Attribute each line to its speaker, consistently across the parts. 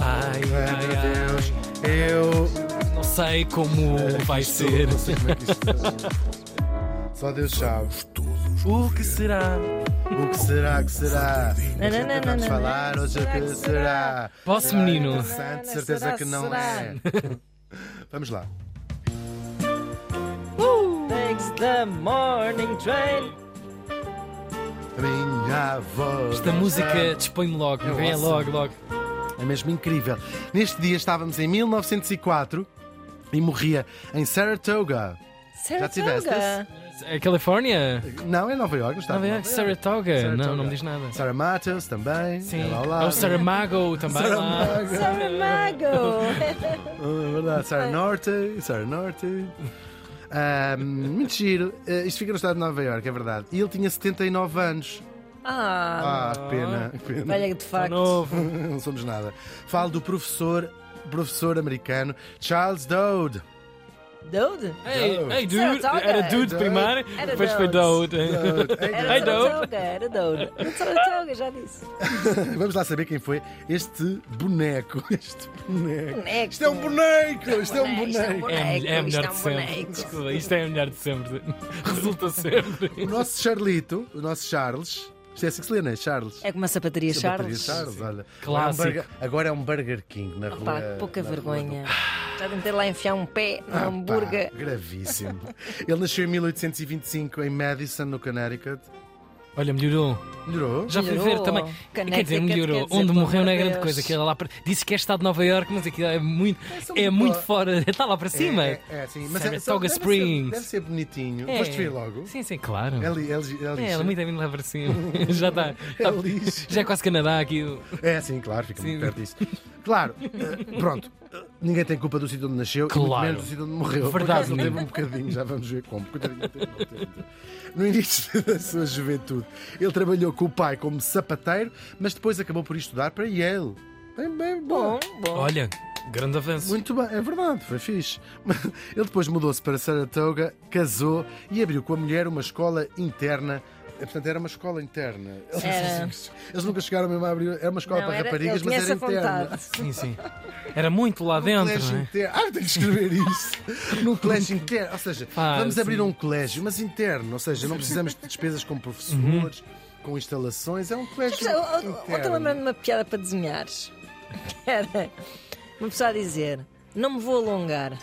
Speaker 1: ai, ai, meu Deus. Eu.
Speaker 2: Não sei como vai
Speaker 1: Isto,
Speaker 2: ser.
Speaker 1: Não sei como é que isto Só Deus sabe.
Speaker 2: O que será?
Speaker 1: O que será que será? Hoje é que vamos falar, hoje é que será.
Speaker 2: Posso,
Speaker 1: Será
Speaker 2: menino?
Speaker 1: Interessante, certeza que não é. Vamos lá.
Speaker 3: Takes the morning train.
Speaker 1: A Minha voz.
Speaker 2: Esta música dispõe-me logo,
Speaker 1: É
Speaker 2: vem
Speaker 1: awesome.
Speaker 2: logo, logo.
Speaker 1: É mesmo incrível. Neste dia estávamos em 1904 e morria em Saratoga. Já tiveste
Speaker 3: Saratoga.
Speaker 2: É Califórnia?
Speaker 1: Não, é Nova York, não está?
Speaker 2: Não, é Saratoga. Não, não me diz nada.
Speaker 1: Sarah Matos também.
Speaker 2: Sim.
Speaker 1: Ela lá.
Speaker 2: É o Saramago também lá.
Speaker 1: Saramago.
Speaker 3: Saramago.
Speaker 1: Ah, é verdade, Sarah Norte, Sarah Norte. Ah, muito giro. Ah, isto fica no estado de Nova Iorque, é verdade. E ele tinha 79 anos. Ah,
Speaker 3: Ah,
Speaker 1: que pena, que pena.
Speaker 3: olha que de
Speaker 2: Tá
Speaker 3: facto.
Speaker 2: novo.
Speaker 1: Não somos nada. Falo do professor, professor americano Charles Dode.
Speaker 3: Dude?
Speaker 2: Ei,
Speaker 1: Dude.
Speaker 2: ei, dude.
Speaker 3: Saratoga.
Speaker 2: Era dude
Speaker 1: Dude.
Speaker 2: primeiro,
Speaker 3: Era
Speaker 2: depois foi
Speaker 3: Dude.
Speaker 2: Dode.
Speaker 1: Dode. Ei,
Speaker 3: Era
Speaker 2: Hey,
Speaker 1: Dode.
Speaker 2: Dude.
Speaker 3: Saratoga, era Dude. Era Saratoga, já disse.
Speaker 1: Vamos lá saber quem foi este boneco. Este boneco.
Speaker 3: Boneco.
Speaker 1: Isto é um boneco! Isto é um
Speaker 3: Boneco, isto é um
Speaker 1: boneco!
Speaker 2: É, a melhor- é a melhor
Speaker 3: Boneco, isto é um
Speaker 2: de sempre.
Speaker 3: boneco.
Speaker 2: Desculpa, isto é a melhor de sempre. Resulta sempre.
Speaker 1: O nosso Charlito, o nosso Charles. Isto é assim que se lê, não é? Charles.
Speaker 3: É como a sapataria
Speaker 1: Bateria
Speaker 3: Charles.
Speaker 1: Charles, olha.
Speaker 2: Clássico.
Speaker 1: Agora é um Burger, agora é um Burger King na rua.
Speaker 3: Pá, que pouca
Speaker 1: na rua do-
Speaker 3: vergonha. Já tentei lá enfiar um pé
Speaker 1: É, Ah,
Speaker 2: É
Speaker 3: num
Speaker 1: pá,
Speaker 3: hambúrguer.
Speaker 1: gravíssimo. Ele nasceu em 1825 em Madison, no Connecticut.
Speaker 2: Olha, melhorou.
Speaker 1: Melhorou?
Speaker 2: Já fui ver
Speaker 3: Melhorou.
Speaker 2: também.
Speaker 3: Connecticut
Speaker 2: quer dizer, melhorou.
Speaker 3: quer dizer,
Speaker 2: Onde
Speaker 3: pelo
Speaker 2: morreu
Speaker 3: amor
Speaker 2: não é
Speaker 3: de
Speaker 2: grande
Speaker 3: Deus.
Speaker 2: coisa. Aquilo é lá para... Disse que é estado de Nova York, mas aquilo é muito,
Speaker 3: um
Speaker 1: só
Speaker 2: é
Speaker 1: muito
Speaker 2: muito
Speaker 1: fora.
Speaker 2: fora. Está lá para cima.
Speaker 1: É, é, é, sim. Mas é,
Speaker 2: Saratoga
Speaker 1: deve ser-
Speaker 2: Springs.
Speaker 1: Deve ser bonitinho.
Speaker 2: É.
Speaker 1: Foste ver logo.
Speaker 2: Sim, sim, claro.
Speaker 1: É, li, é, li- é,
Speaker 2: É,
Speaker 1: lixo.
Speaker 2: ela muito é vindo lá para cima. Já está.
Speaker 1: É lixo.
Speaker 2: Já é quase Canadá aquilo.
Speaker 1: É, sim, claro, fica
Speaker 2: Sim.
Speaker 1: muito perto disso. Claro, eh, pronto. eh, Ninguém tem culpa do sítio onde nasceu, e muito
Speaker 2: Claro.
Speaker 1: menos do sítio onde morreu. Por
Speaker 2: Verdade,
Speaker 1: acaso ele teve
Speaker 2: menino.
Speaker 1: um bocadinho, já vamos ver como. Coitadinho, teve, não teve. No início da sua juventude, ele trabalhou com o pai como sapateiro, mas depois acabou por estudar para Yale. Bem, bem bom.
Speaker 3: Bom, bom.
Speaker 2: Olha, grande avanço.
Speaker 1: Muito bem, é verdade, foi fixe. Ele depois mudou-se para Saratoga, casou e abriu com a mulher uma escola interna. Eh, Portanto, era uma escola interna. Eles,
Speaker 3: Era.
Speaker 1: eles nunca chegaram mesmo a abrir. Era uma escola
Speaker 3: Não,
Speaker 1: para
Speaker 3: era-
Speaker 1: raparigas,
Speaker 3: ele
Speaker 1: mas
Speaker 3: tinha
Speaker 1: era
Speaker 3: essa
Speaker 1: interna.
Speaker 3: vontade.
Speaker 2: Sim, sim. Era muito lá dentro.
Speaker 1: colégio
Speaker 2: não é?
Speaker 1: interno. Ah, tenho que escrever isso. Num colégio interno. Ou seja,
Speaker 2: Ah,
Speaker 1: vamos
Speaker 2: sim.
Speaker 1: abrir um colégio, mas interno. Ou seja, não precisamos de despesas com professores,
Speaker 2: Uhum.
Speaker 1: com instalações. É um colégio
Speaker 3: Mas, ó, ó, Ontem lembrando
Speaker 1: interno.
Speaker 3: de uma piada para desenhares. Era uma pessoa a dizer: Não me vou alongar.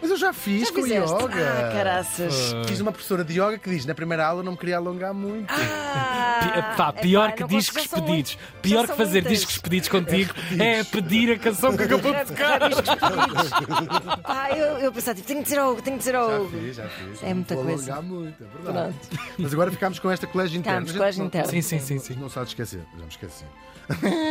Speaker 1: Mas eu já fiz
Speaker 3: Já
Speaker 1: com
Speaker 3: fizeste?
Speaker 1: yoga.
Speaker 3: Ah, caraças.
Speaker 1: Fiz uma professora de yoga que diz na primeira aula não me queria alongar muito.
Speaker 2: Pi-
Speaker 3: Ah,
Speaker 2: pá,
Speaker 3: epá,
Speaker 2: pior
Speaker 3: não
Speaker 2: que
Speaker 3: consigo,
Speaker 2: discos
Speaker 3: já são
Speaker 2: pedidos.
Speaker 3: muitos,
Speaker 2: Pior
Speaker 3: já
Speaker 2: que
Speaker 3: são
Speaker 2: fazer
Speaker 3: muitas.
Speaker 2: discos pedidos contigo é pedir a canção que acabou de tocar.
Speaker 3: Já discos pedidos. Pá, eu, eu pensava, tipo, tenho que dizer ao Hugo, tenho que dizer ao
Speaker 1: Já
Speaker 3: Hugo.
Speaker 1: fiz, já fiz.
Speaker 3: É muita
Speaker 1: Vou
Speaker 3: coisa.
Speaker 1: alongar muito, é verdade. Mas agora ficámos com esta colégio interna.
Speaker 3: Ficámos,
Speaker 1: Gente,
Speaker 3: colégio
Speaker 1: não-
Speaker 3: interno.
Speaker 2: Sim, sim, sim, sim.
Speaker 1: Não sabe esquecer, já me esqueci.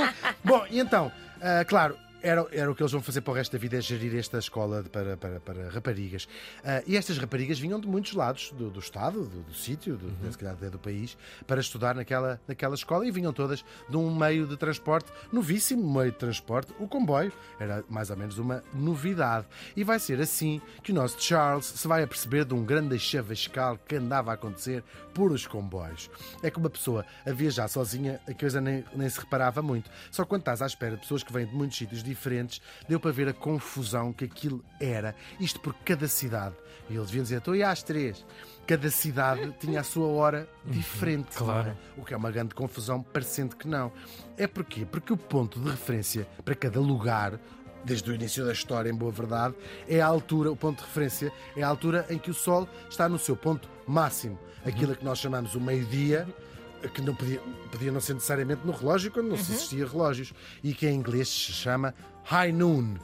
Speaker 1: Bom, e então, ah, claro. Era, era o que eles vão fazer para o resto da vida, é gerir esta escola de- para, para, para raparigas. Ah, e estas raparigas vinham de muitos lados do, do Estado, do, do sítio, do, se calhar até do país, para estudar naquela, naquela escola e vinham todas de um meio de transporte, novíssimo meio de transporte, o comboio. Era mais ou menos uma novidade. E vai ser assim que o nosso Charles se vai aperceber de um grande chavascal que andava a acontecer por os comboios. É que uma pessoa a viajar sozinha, a coisa nem, nem se reparava muito. Só quando estás à espera de pessoas que vêm de muitos sítios diferentes, deu para ver a confusão que aquilo era. Isto por cada cidade. E eles vinham dizer, estou aí às três. Cada cidade tinha a sua hora diferente.
Speaker 2: claro.
Speaker 1: não é? O que é uma grande confusão, parecendo que não. É porquê? Porque o ponto de referência para cada lugar, desde o início da história, em boa verdade, é a altura, o ponto de referência é a altura em que o Sol está no seu ponto máximo. Aquilo a que nós chamamos o meio-dia, que não podia, podia não ser necessariamente no relógio, quando não se existia relógios, e que em inglês se chama High Noon.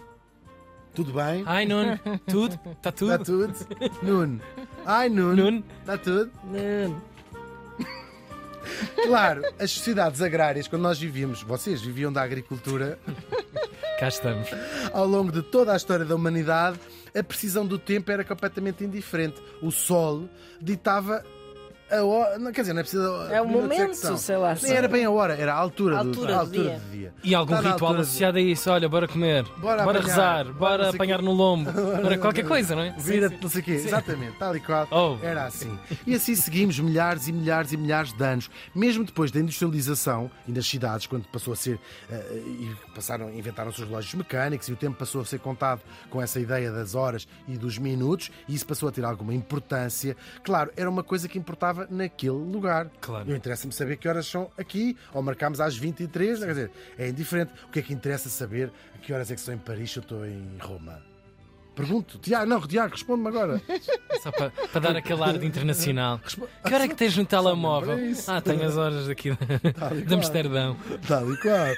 Speaker 1: Tudo bem?
Speaker 2: Ai, Nuno, tudo? Está
Speaker 3: Tá
Speaker 1: Está
Speaker 2: tudo?
Speaker 1: tudo? Noon. High Noon.
Speaker 2: Noon.
Speaker 1: Está tudo?
Speaker 3: Não.
Speaker 1: Claro, as sociedades agrárias, quando nós vivíamos, vocês viviam da agricultura
Speaker 2: Cá estamos.
Speaker 1: ao longo de toda a história da humanidade, a precisão do tempo era completamente indiferente. O sol ditava a hora. não, Quer dizer, não é preciso.
Speaker 3: É
Speaker 1: não dizer
Speaker 3: o
Speaker 1: que
Speaker 3: momento,
Speaker 1: são.
Speaker 3: sei lá,
Speaker 1: Nem era bem a hora, era a altura,
Speaker 3: A
Speaker 1: do,
Speaker 3: altura
Speaker 1: a
Speaker 3: do
Speaker 1: altura
Speaker 3: dia.
Speaker 1: do dia.
Speaker 2: E algum
Speaker 1: Está Tá na
Speaker 2: ritual
Speaker 1: altura do-
Speaker 2: associado a isso? Olha, bora comer,
Speaker 1: Bora
Speaker 2: bora,
Speaker 1: apanhar,
Speaker 2: rezar,
Speaker 1: bora
Speaker 2: bora
Speaker 1: não sei
Speaker 2: apanhar
Speaker 1: quê.
Speaker 2: no lombo, bora qualquer coisa, não é?
Speaker 1: Vira-te,
Speaker 2: Sim,
Speaker 1: não sei o quê. Exatamente, tal e qual.
Speaker 2: Oh.
Speaker 1: Era assim. E assim seguimos milhares e milhares e milhares de anos. Mesmo depois da industrialização e das cidades, quando passou a ser. eh, e passaram, inventaram-se os relógios mecânicos e o tempo passou a ser contado com essa ideia das horas e dos minutos, e isso passou a ter alguma importância. Claro, era uma coisa que importava naquele lugar.
Speaker 2: Claro.
Speaker 1: Eu interessa-me saber que horas são aqui, ou marcámos às 23, quer dizer, é indiferente. O que é que interessa saber a que horas é que são em Paris se eu estou em Roma? Pergunto, Tiago, não, Tiago, responde-me agora.
Speaker 2: sim. Só para, para dar aquele ar de internacional. Que hora é que tens no telemóvel?
Speaker 1: para isso. Tá
Speaker 2: Ah, tenho as horas aqui de, de Amsterdão.
Speaker 1: Tal e qual.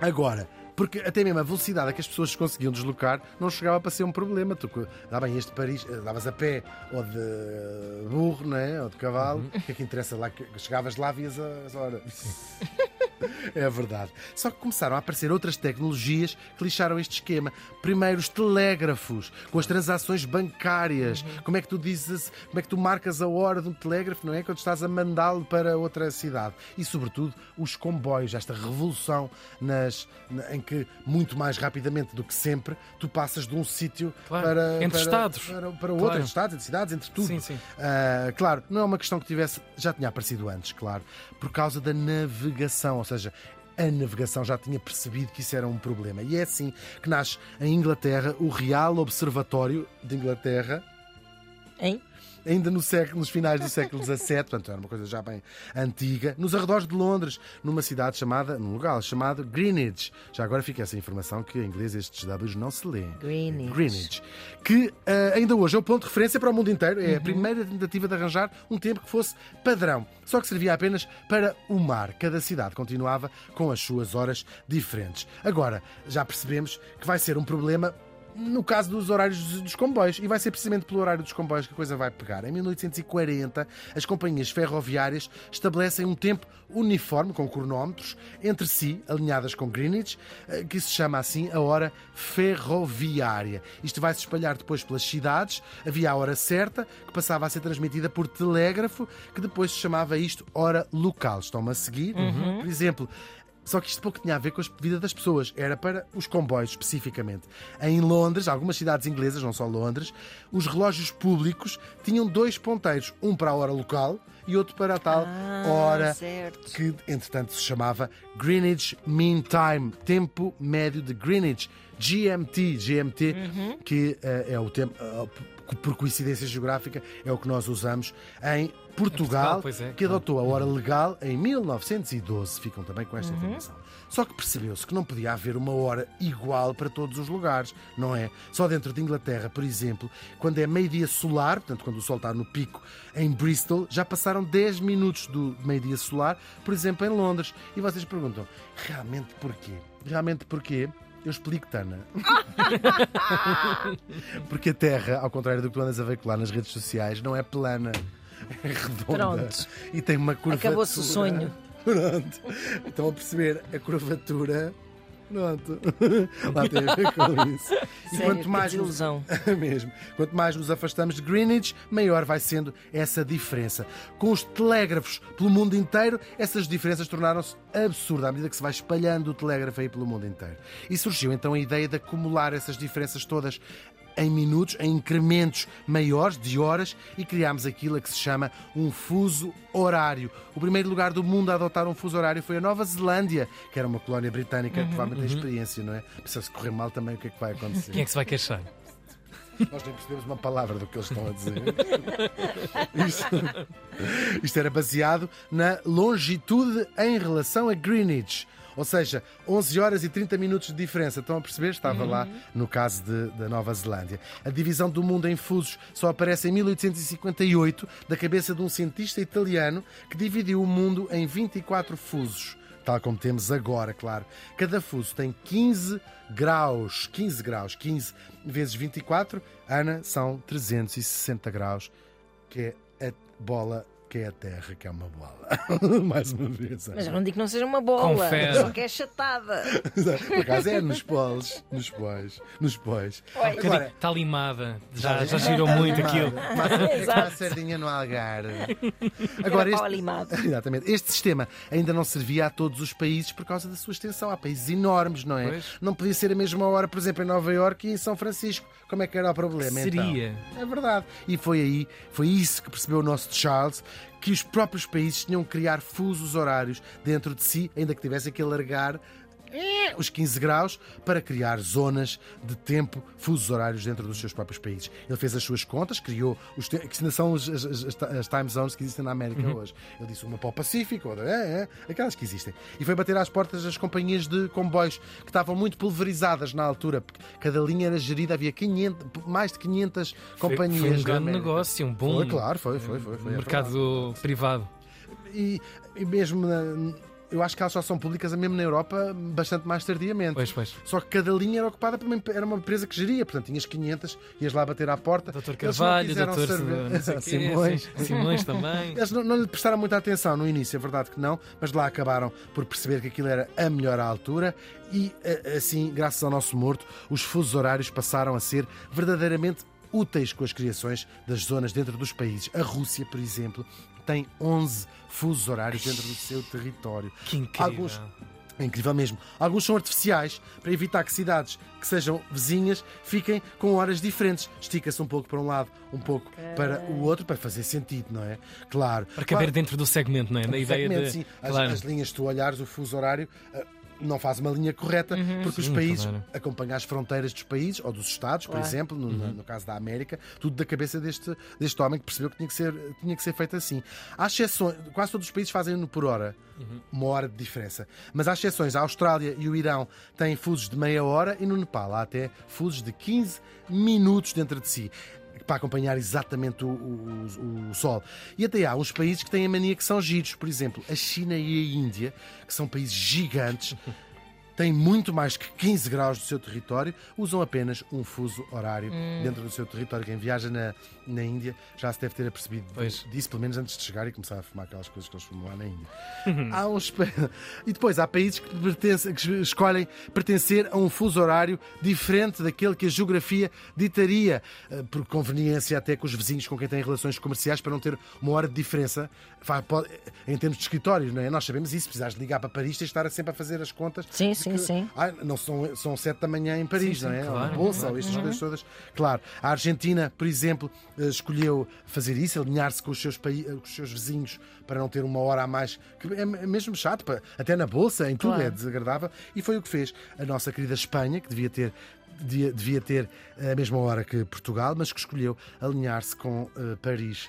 Speaker 1: Agora, porque até mesmo a velocidade a que as pessoas se conseguiam deslocar não chegava para ser um problema. Tu, co- dá bem, este Paris, eh, davas a pé ou de eh, burro, não é? ou de cavalo, o que é que interessa lá? que- Chegavas lá, vias as horas. É verdade. Só que começaram a aparecer outras tecnologias que lixaram este esquema. Primeiro os telégrafos, com as transações bancárias.
Speaker 2: Uhum.
Speaker 1: Como é que tu dizes, como é que tu marcas a hora de um telégrafo, não é? Quando estás a mandá-lo para outra cidade. E sobretudo os comboios, esta revolução nas, na- em que muito mais rapidamente do que sempre tu passas de um sítio
Speaker 2: Claro.
Speaker 1: para
Speaker 2: Entre
Speaker 1: para-
Speaker 2: estados.
Speaker 1: para, para outro,
Speaker 2: Claro.
Speaker 1: entre estados, entre cidades, entre tudo.
Speaker 2: Sim, sim.
Speaker 1: Ah, claro, não é uma questão que tivesse. Já tinha aparecido antes, claro. Por causa da navegação, ou seja. A navegação já tinha percebido que isso era um problema. E é assim que nasce em Inglaterra o Real Observatório de Inglaterra,
Speaker 3: Hein?
Speaker 1: ainda no século, nos finais do século XVII, portanto era uma coisa já bem antiga, nos arredores de Londres, numa cidade chamada, num lugar chamado Greenwich. Já agora fica essa informação que em inglês estes Ws não se lêem.
Speaker 3: Greenwich.
Speaker 1: Greenwich. Que eh, ainda hoje é o ponto de referência para o mundo inteiro. É a primeira tentativa de arranjar um tempo que fosse padrão, só que servia apenas para o mar. Cada cidade continuava com as suas horas diferentes. Agora, já percebemos que vai ser um problema no caso dos horários dos- dos comboios, e vai ser precisamente pelo horário dos comboios que a coisa vai pegar. Em 1840, as companhias ferroviárias estabelecem um tempo uniforme, com cronómetros, entre si, alinhadas com Greenwich, eh, que se chama assim a hora ferroviária. Isto vai se espalhar depois pelas cidades. Havia a hora certa, que passava a ser transmitida por telégrafo, que depois se chamava isto hora local. Estão-me a seguir? Por exemplo, só que isto pouco tinha a ver com a vida das pessoas, era para os comboios especificamente. Em Londres, algumas cidades inglesas, não só Londres, os relógios públicos tinham dois ponteiros, um para a hora local e outro para a tal hora
Speaker 3: Ah, certo.
Speaker 1: que, entretanto, se chamava Greenwich Mean Time, tempo médio de Greenwich, GMT, GMT, que eh, é o tempo, eh, por- por coincidência geográfica, é o que nós usamos em
Speaker 2: Portugal,
Speaker 1: Portugal,
Speaker 2: pois é,
Speaker 1: que
Speaker 2: claro.
Speaker 1: adotou a hora legal em 1912. Ficam também com
Speaker 2: Uhum.
Speaker 1: esta informação. Só que percebeu-se que não podia haver uma hora igual para todos os lugares, não é? Só dentro de Inglaterra, por exemplo, quando é meio-dia solar, portanto, quando o sol está no pico em Bristol, já passaram 10 minutos do meio-dia solar, por exemplo, em Londres. E vocês perguntam, realmente porquê? Realmente porquê? Eu explico, Tana. Porque a Terra, ao contrário do que tu andas a veicular nas redes sociais, não é plana. É redonda.
Speaker 3: Pronto.
Speaker 1: E tem uma curvatura.
Speaker 3: Acabou-se o sonho.
Speaker 1: Pronto. Estão a perceber a curvatura. Pronto. Lá tem a ver com isso. E
Speaker 3: Sério,
Speaker 1: quanto mais
Speaker 3: que
Speaker 1: nos-
Speaker 3: desilusão.
Speaker 1: mesmo. Quanto mais nos afastamos de Greenwich, maior vai sendo essa diferença. Com os telégrafos pelo mundo inteiro, essas diferenças tornaram-se absurdas à medida que se vai espalhando o telégrafo aí pelo mundo inteiro. E surgiu então a ideia de acumular essas diferenças todas em minutos, em incrementos maiores de horas e criámos aquilo a que se chama um fuso horário. O primeiro lugar do mundo a adotar um fuso horário foi a Nova Zelândia, que era uma colónia britânica, provavelmente tem experiência, não é? Precisa se correr mal também, o que é que vai acontecer?
Speaker 2: Quem é que se vai queixar?
Speaker 1: Nós nem percebemos uma palavra do que eles estão a dizer. Isto, isto era baseado na longitude em relação a Greenwich. Ou seja, 11 horas e 30 minutos de diferença. Estão a perceber? Estava lá no caso de- da Nova Zelândia. A divisão do mundo em fusos só aparece em 1858, da cabeça de um cientista italiano que dividiu o mundo em 24 fusos tal como temos agora, claro. Cada fuso tem 15 graus. 15 graus. 15 vezes 24, Ana, são 360 graus, que é a bola que é a terra que é uma bola. Mais uma vez.
Speaker 3: Mas eu não digo que não seja uma bola,
Speaker 2: Confere.
Speaker 3: só que é chatada.
Speaker 1: Por acaso é nos polos, nos pois, nos pois.
Speaker 3: Oi.
Speaker 1: Agora,
Speaker 2: Está tá limada. Já,
Speaker 1: Tá
Speaker 2: já girou muito aquilo.
Speaker 1: Está a
Speaker 3: Exato.
Speaker 1: sardinha no algarve.
Speaker 3: Era pau
Speaker 1: este,
Speaker 3: limado.
Speaker 1: exatamente, este sistema ainda não servia a todos os países por causa da sua extensão. Há países enormes, não é?
Speaker 2: Pois.
Speaker 1: Não podia ser a mesma hora, por exemplo, em Nova Iorque e em São Francisco. Como é que era o problema? então?
Speaker 2: Seria.
Speaker 1: É verdade. E foi aí, foi isso que percebeu o nosso Charles, que os próprios países tinham que criar fusos horários dentro de si, ainda que tivessem que alargar eh, os 15 graus para criar zonas de tempo, fusos horários dentro dos seus próprios países. Ele fez as suas contas, criou os te- que ainda são as, as- as- as time zones que existem na América
Speaker 2: Uhum.
Speaker 1: hoje. Ele disse uma para o Pacífico, outra, é, é, aquelas que existem. E foi bater às portas das companhias de comboios que estavam muito pulverizadas na altura, porque cada linha era gerida, havia 500, mais de 500
Speaker 2: Foi,
Speaker 1: companhias.
Speaker 2: foi um
Speaker 1: na
Speaker 2: grande
Speaker 1: América.
Speaker 2: negócio, um bom
Speaker 1: Foi, claro, foi, foi, foi. foi é verdade.
Speaker 2: mercado privado.
Speaker 1: E, e mesmo na- eu acho que elas só são públicas mesmo na Europa bastante mais tardiamente.
Speaker 2: Pois, pois.
Speaker 1: Só que cada linha era ocupada por uma, empre- era uma empresa que geria, portanto tinhas 500, ias lá bater à porta.
Speaker 2: Doutor
Speaker 1: Eles não
Speaker 2: Carvalho,
Speaker 1: quiseram
Speaker 2: doutor
Speaker 1: saber-
Speaker 2: não sei quê,
Speaker 1: Simões.
Speaker 2: sim, Simões também.
Speaker 1: Eles não, não lhe prestaram muita atenção no início, é verdade que não, mas lá acabaram por perceber que aquilo era a melhor altura e, a- assim, graças ao nosso morto, os fusos horários passaram a ser verdadeiramente úteis com as criações das zonas dentro dos países. A Rússia, por exemplo, tem 11 fusos horários dentro do seu território.
Speaker 2: Que incrível.
Speaker 1: Alguns- é incrível mesmo. Alguns são artificiais para evitar que cidades que sejam vizinhas fiquem com horas diferentes. Estica-se um pouco para um lado, um pouco para o outro, para fazer sentido, não é? Claro.
Speaker 2: Para caber dentro do segmento, não é? Da ideia
Speaker 1: Perfeitamente,
Speaker 2: de.
Speaker 1: sim. As,
Speaker 2: Claro.
Speaker 1: as linhas, se tu olhares o fuso horário, ah, não faz uma linha correta, porque os países
Speaker 2: Uhum. claro.
Speaker 1: acompanham as fronteiras dos países, ou dos Estados, por
Speaker 3: Claro.
Speaker 1: exemplo, no,
Speaker 2: Uhum.
Speaker 1: no caso da América, tudo da cabeça deste, deste homem que percebeu que tinha que ser, tinha que ser feito assim. Há exceções, quase todos os países fazem-no por hora,
Speaker 2: Uhum.
Speaker 1: uma hora de diferença. Mas há exceções, a Austrália e o Irão têm fusos de meia hora e no Nepal há até fusos de 15 minutos dentro de si para acompanhar exatamente o, o- o- o sol. E até há uns países que têm a mania que são giros, por exemplo, a China e a Índia, que são países gigantes, têm muito mais que 15 graus do seu território, usam apenas um fuso horário dentro do seu território. Quem viaja na, na Índia já se deve ter apercebido
Speaker 2: Pois.
Speaker 1: disso, pelo menos antes de chegar e começar a fumar aquelas coisas que eles fumam lá na Índia. há uns... pa- E depois há países que, pertencem- que escolhem pertencer a um fuso horário diferente daquele que a geografia ditaria, eh, por conveniência até com os vizinhos com quem têm relações comerciais, para não ter uma hora de diferença Fa- pode- eh, em termos de escritórios, não é? Nós sabemos isso, precisares de ligar para Paris e estar sempre a fazer as contas
Speaker 3: Sim,
Speaker 1: de
Speaker 3: sim,
Speaker 1: que-
Speaker 3: sim.
Speaker 1: Ah, não são, são sete da manhã em Paris,
Speaker 2: Sim, sim,
Speaker 1: não é?
Speaker 2: claro,
Speaker 1: Ou Bolsa,
Speaker 3: Uhum.
Speaker 1: ou estas coisas todas. Claro, a Argentina, por exemplo, eh, escolheu fazer isso, alinhar-se com, os seus paí- eh, com os seus vizinhos para não ter uma hora a mais, que é me- mesmo chato, pa- até na Bolsa, em tudo
Speaker 3: Claro.
Speaker 1: é desagradável. E foi o que fez a nossa querida Espanha, que devia ter. Devia, devia ter a mesma hora que Portugal, mas que escolheu alinhar-se com eh, Paris.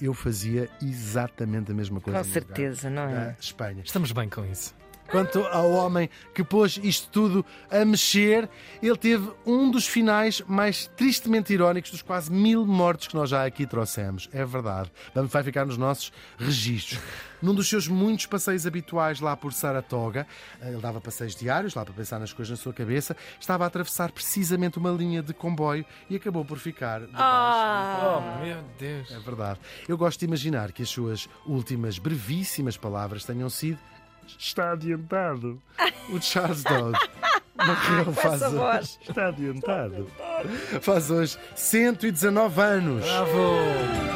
Speaker 1: Eu fazia exatamente a mesma coisa.
Speaker 3: Com
Speaker 1: no lugar
Speaker 3: certeza, não
Speaker 1: da
Speaker 3: é?
Speaker 1: Espanha.
Speaker 2: Estamos bem com isso.
Speaker 1: Quanto ao homem que pôs isto tudo a mexer, ele teve um dos finais mais tristemente irónicos dos quase mil mortos que nós já aqui trouxemos. É verdade. Vamos- Vai ficar nos nossos registros. Num dos seus muitos passeios habituais lá por Saratoga, eh, ele dava passeios diários, lá para pensar nas coisas na sua cabeça, estava a atravessar precisamente uma linha de comboio e acabou por ficar
Speaker 2: Oh,
Speaker 3: Ah,
Speaker 2: meu Deus.
Speaker 1: é verdade. Eu gosto de imaginar que as suas últimas brevíssimas palavras tenham sido Está adiantado. O Charles Dodge. Morreu
Speaker 3: com
Speaker 1: faz
Speaker 3: essa
Speaker 1: hoje,
Speaker 3: voz.
Speaker 1: está adiantado. Faz hoje 119 anos.
Speaker 2: Bravo.